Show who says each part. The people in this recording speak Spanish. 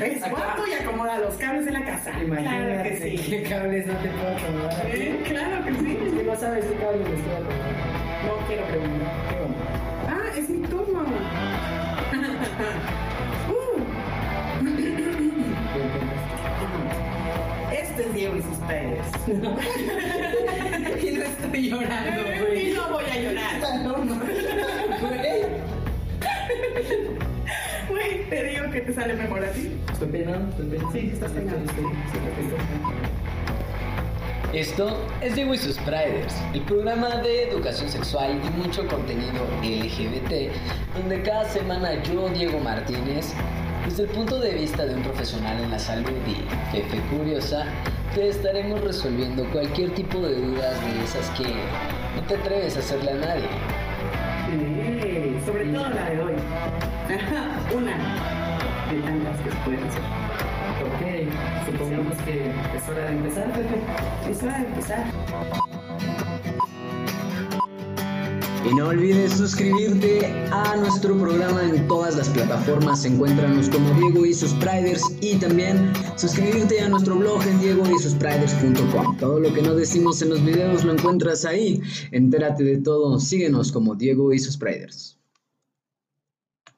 Speaker 1: Es guapo y acomoda los cables de la casa. Claro
Speaker 2: Imagínate
Speaker 1: que sí.
Speaker 2: qué cables no te puedo acomodar.
Speaker 1: Eh, Claro que sí.
Speaker 2: Es que no sabes qué cables me estoy acomodando.
Speaker 1: No quiero preguntar.
Speaker 2: Qué bueno.
Speaker 1: Ah, es mi turno. Uh.
Speaker 2: Bien, bien, bien.
Speaker 1: Este es Diego y sus padres.
Speaker 2: Y no estoy llorando,
Speaker 1: eh, Y
Speaker 2: güey.
Speaker 1: no voy a llorar. Güey, te digo que te sale mejor a ti.
Speaker 2: ¿Estoy peinado? ¿Estoy peinado?
Speaker 1: Sí, estás peinado.
Speaker 2: Estoy- estoy- estoy-
Speaker 3: Esto es Diego y sus Priders, el programa de educación sexual y mucho contenido LGBT, donde cada semana yo, Diego Martínez, desde el punto de vista de un profesional en la salud y jefe curiosa, te estaremos resolviendo cualquier tipo de dudas de esas que no te atreves a hacerle a nadie.
Speaker 1: Sí, sobre todo la de hoy. Una de tantas que pueden ser.
Speaker 2: Ok, supongamos que es hora de empezar.
Speaker 1: Es hora de empezar.
Speaker 3: Y no olvides suscribirte a nuestro programa en todas las plataformas. Encuéntranos como Diego y sus Priders y también suscribirte a nuestro blog en diegoysuspriders.com. Todo lo que no decimos en los videos lo encuentras ahí. Entérate de todo. Síguenos como Diego y sus Priders.